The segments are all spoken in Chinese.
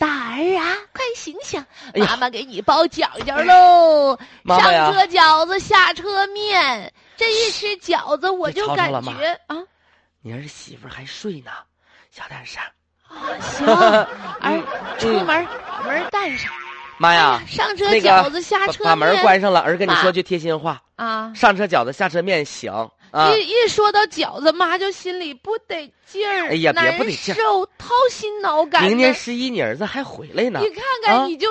啊形象，哎呀妈妈给你包饺饺喽， 妈妈呀上车饺子，下车面。这一吃饺子，我你就尝感尝了吗觉啊你儿媳妇儿还睡呢，小点声儿。啊 行，儿嗯出门儿把门儿带上，妈呀，上车那个饺子，下把车把门儿面关上了。儿跟你妈说句贴心话：啊。上车饺子，下车面，行啊。一一说到饺子，妈就心里不得劲儿，哎呀别难不得劲儿受，掏心挠肝的。明年十一，你儿子还回来呢。你看看，啊哎你就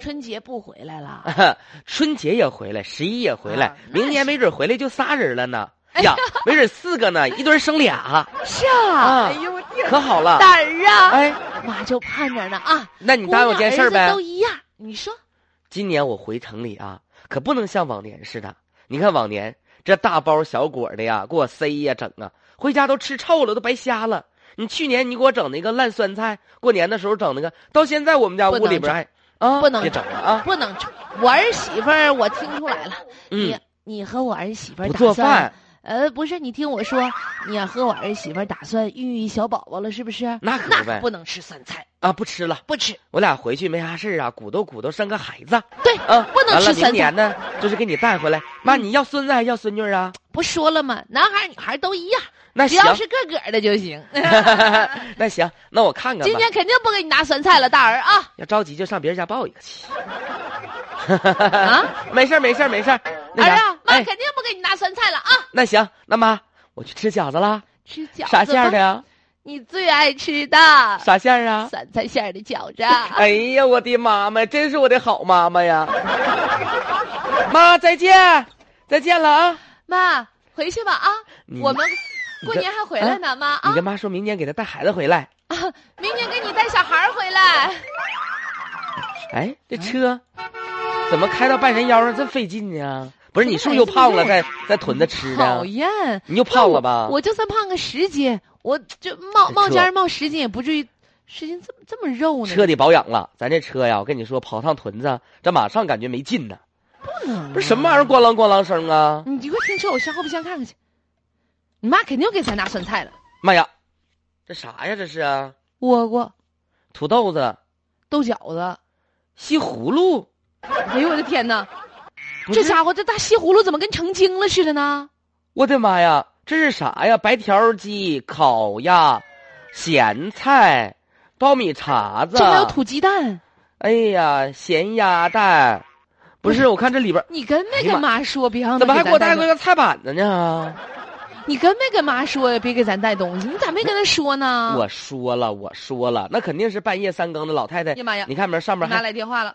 春节不回来了，春节也回来，十一也回来，啊那明年是哎没准回来就仨人了呢。呀，没准四个呢，一对儿生俩，是啊，啊哎呦我天，可好了。胆儿啊！哎，妈就盼着呢啊。那你答应我件事儿姑娘呗儿子都。一样，你说今年我回城里啊，可不能像往年似的。你看往年这大包小裹的呀，给我塞呀、整啊，回家都吃臭了，都白瞎了。你去年你给我整那个烂酸菜，过年的时候整那个，到现在我们家不屋里能边还啊，不能别整了啊，不能整。我儿媳妇儿，我听出来了，你嗯，你和我儿媳妇儿不打做算饭，呃，不是，你听我说，你和我儿媳妇儿打算孕育小宝宝了，是不是？那可不呗不能吃酸菜，啊，不吃了。不吃，我俩回去没啥事儿啊，鼓捣鼓捣生个孩子。对啊，不能完吃酸了明菜年呢，就是给你带回来。妈，嗯你要孙子还要孙女啊？不说了吗？男孩儿女孩儿都一样，那只行，要是个个儿的就行。 那行，那我看看今吧。年肯定不给你拿酸菜了，大儿啊要着急就上别人家抱一个去。啊！没事儿没事儿没事儿，呃那儿啥，啊，妈哎肯，定不给你拿酸菜了啊！那行，那妈，我去吃饺子啦。吃饺子啥馅儿的吧？呀？你最爱吃的啥馅儿啊？酸菜馅儿的饺 子。哎呀，我的妈妈，真是我的好妈妈呀！妈，再见，再见了啊！妈，回去吧啊！你我们你过跟年还回来呢，妈你啊！跟妈说明年给她带孩子回来。明年给你带小孩儿回来。哎，这车怎么开到半山腰上这费劲呢？不是你是不是又怎么还胖这么了，重再再囤着吃讨呢？厌，你又胖了吧？我就算胖个十斤，我这冒冒尖儿冒十斤也不至于十斤这么这么肉呢。车得保养了，咱这车呀，我跟你说，跑趟屯子，这马上感觉没劲呢。不能啊不是什么玩意儿咣啷咣啷声啊！你一会儿停车，我上后备箱看看去。你妈肯定给咱拿酸菜了，妈呀，这啥呀？这是啊倭瓜、土豆子、豆角子。西葫芦，哎呦我的天哪！不这是家伙这大西葫芦怎么跟成精了似的呢？我的妈呀，这是啥呀？白条鸡、烤鸭、咸菜、苞米碴子这，还有土鸡蛋，哎呀，咸鸭蛋，不是？我看这里边你跟没跟妈说别嗯让她哎怎么还给我咱带东回西？个菜板子呢？你跟没跟妈说呀？别给咱带东西，你咋没跟她说呢？我说了，我说了，那肯定是半夜三更的老太太哎。呀妈呀！你看没？上面妈还来电话 了。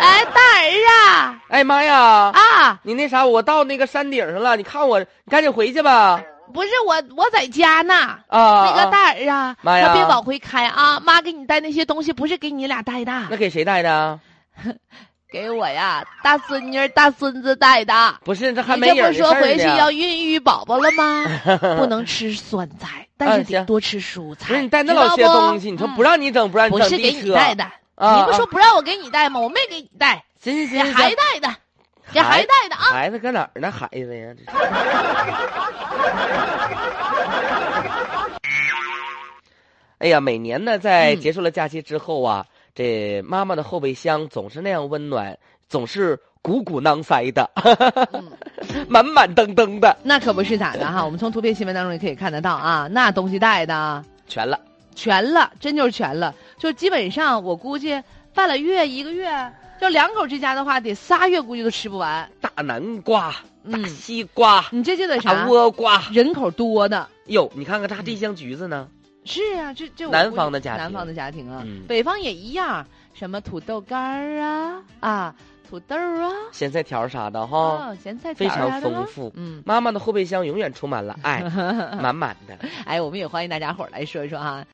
哎，大儿啊哎妈呀！啊！你那啥，我到那个山顶上了，你看我，你赶紧回去吧。不是我，我在家呢。啊，哎那个啊，大儿啊，妈呀可别往回开啊！妈给你带那些东西，不是给你俩带的那，给谁带的？给我呀，大孙女儿、大孙子带的。不是，这还你没这影不儿是的说事儿回去呢要孕育宝宝了 吗？不能吃酸菜，但是嗯得行多吃蔬菜。不是你带那知道老些不东西，你说嗯不让你整，不让你不整是地给你车。带的，啊你不说不让我给你带吗？我没给你带，行行给行，孩子带的，给孩带的 啊！孩子搁哪儿呢？孩子 呀，这是哎呀，每年呢，在嗯结束了假期之后啊，这妈妈的后备箱总是那样温暖，总是鼓鼓囊塞的， 嗯满满登登的，那可不是咋的哈，我们从图片新闻当中也可以看得到啊，那东西带的全了。全了，真就是全了，就基本上我估计半拉月一个月，就两口之家的话，得仨月估计都吃不完。大南瓜、嗯大西瓜、你这就得啥大？倭瓜。人口多的。哟，你看看这还地香橘子呢，是啊，这这我南估方计的家南庭方的家庭啊，嗯北方也一样，什么土豆干儿啊啊，土豆儿啊，咸菜条啥的哈。哦，咸菜非条儿啊常对吧丰富嗯， 妈妈的后备箱永远充满了爱，满满的。哎，我们也欢迎大家伙儿来说一说啊，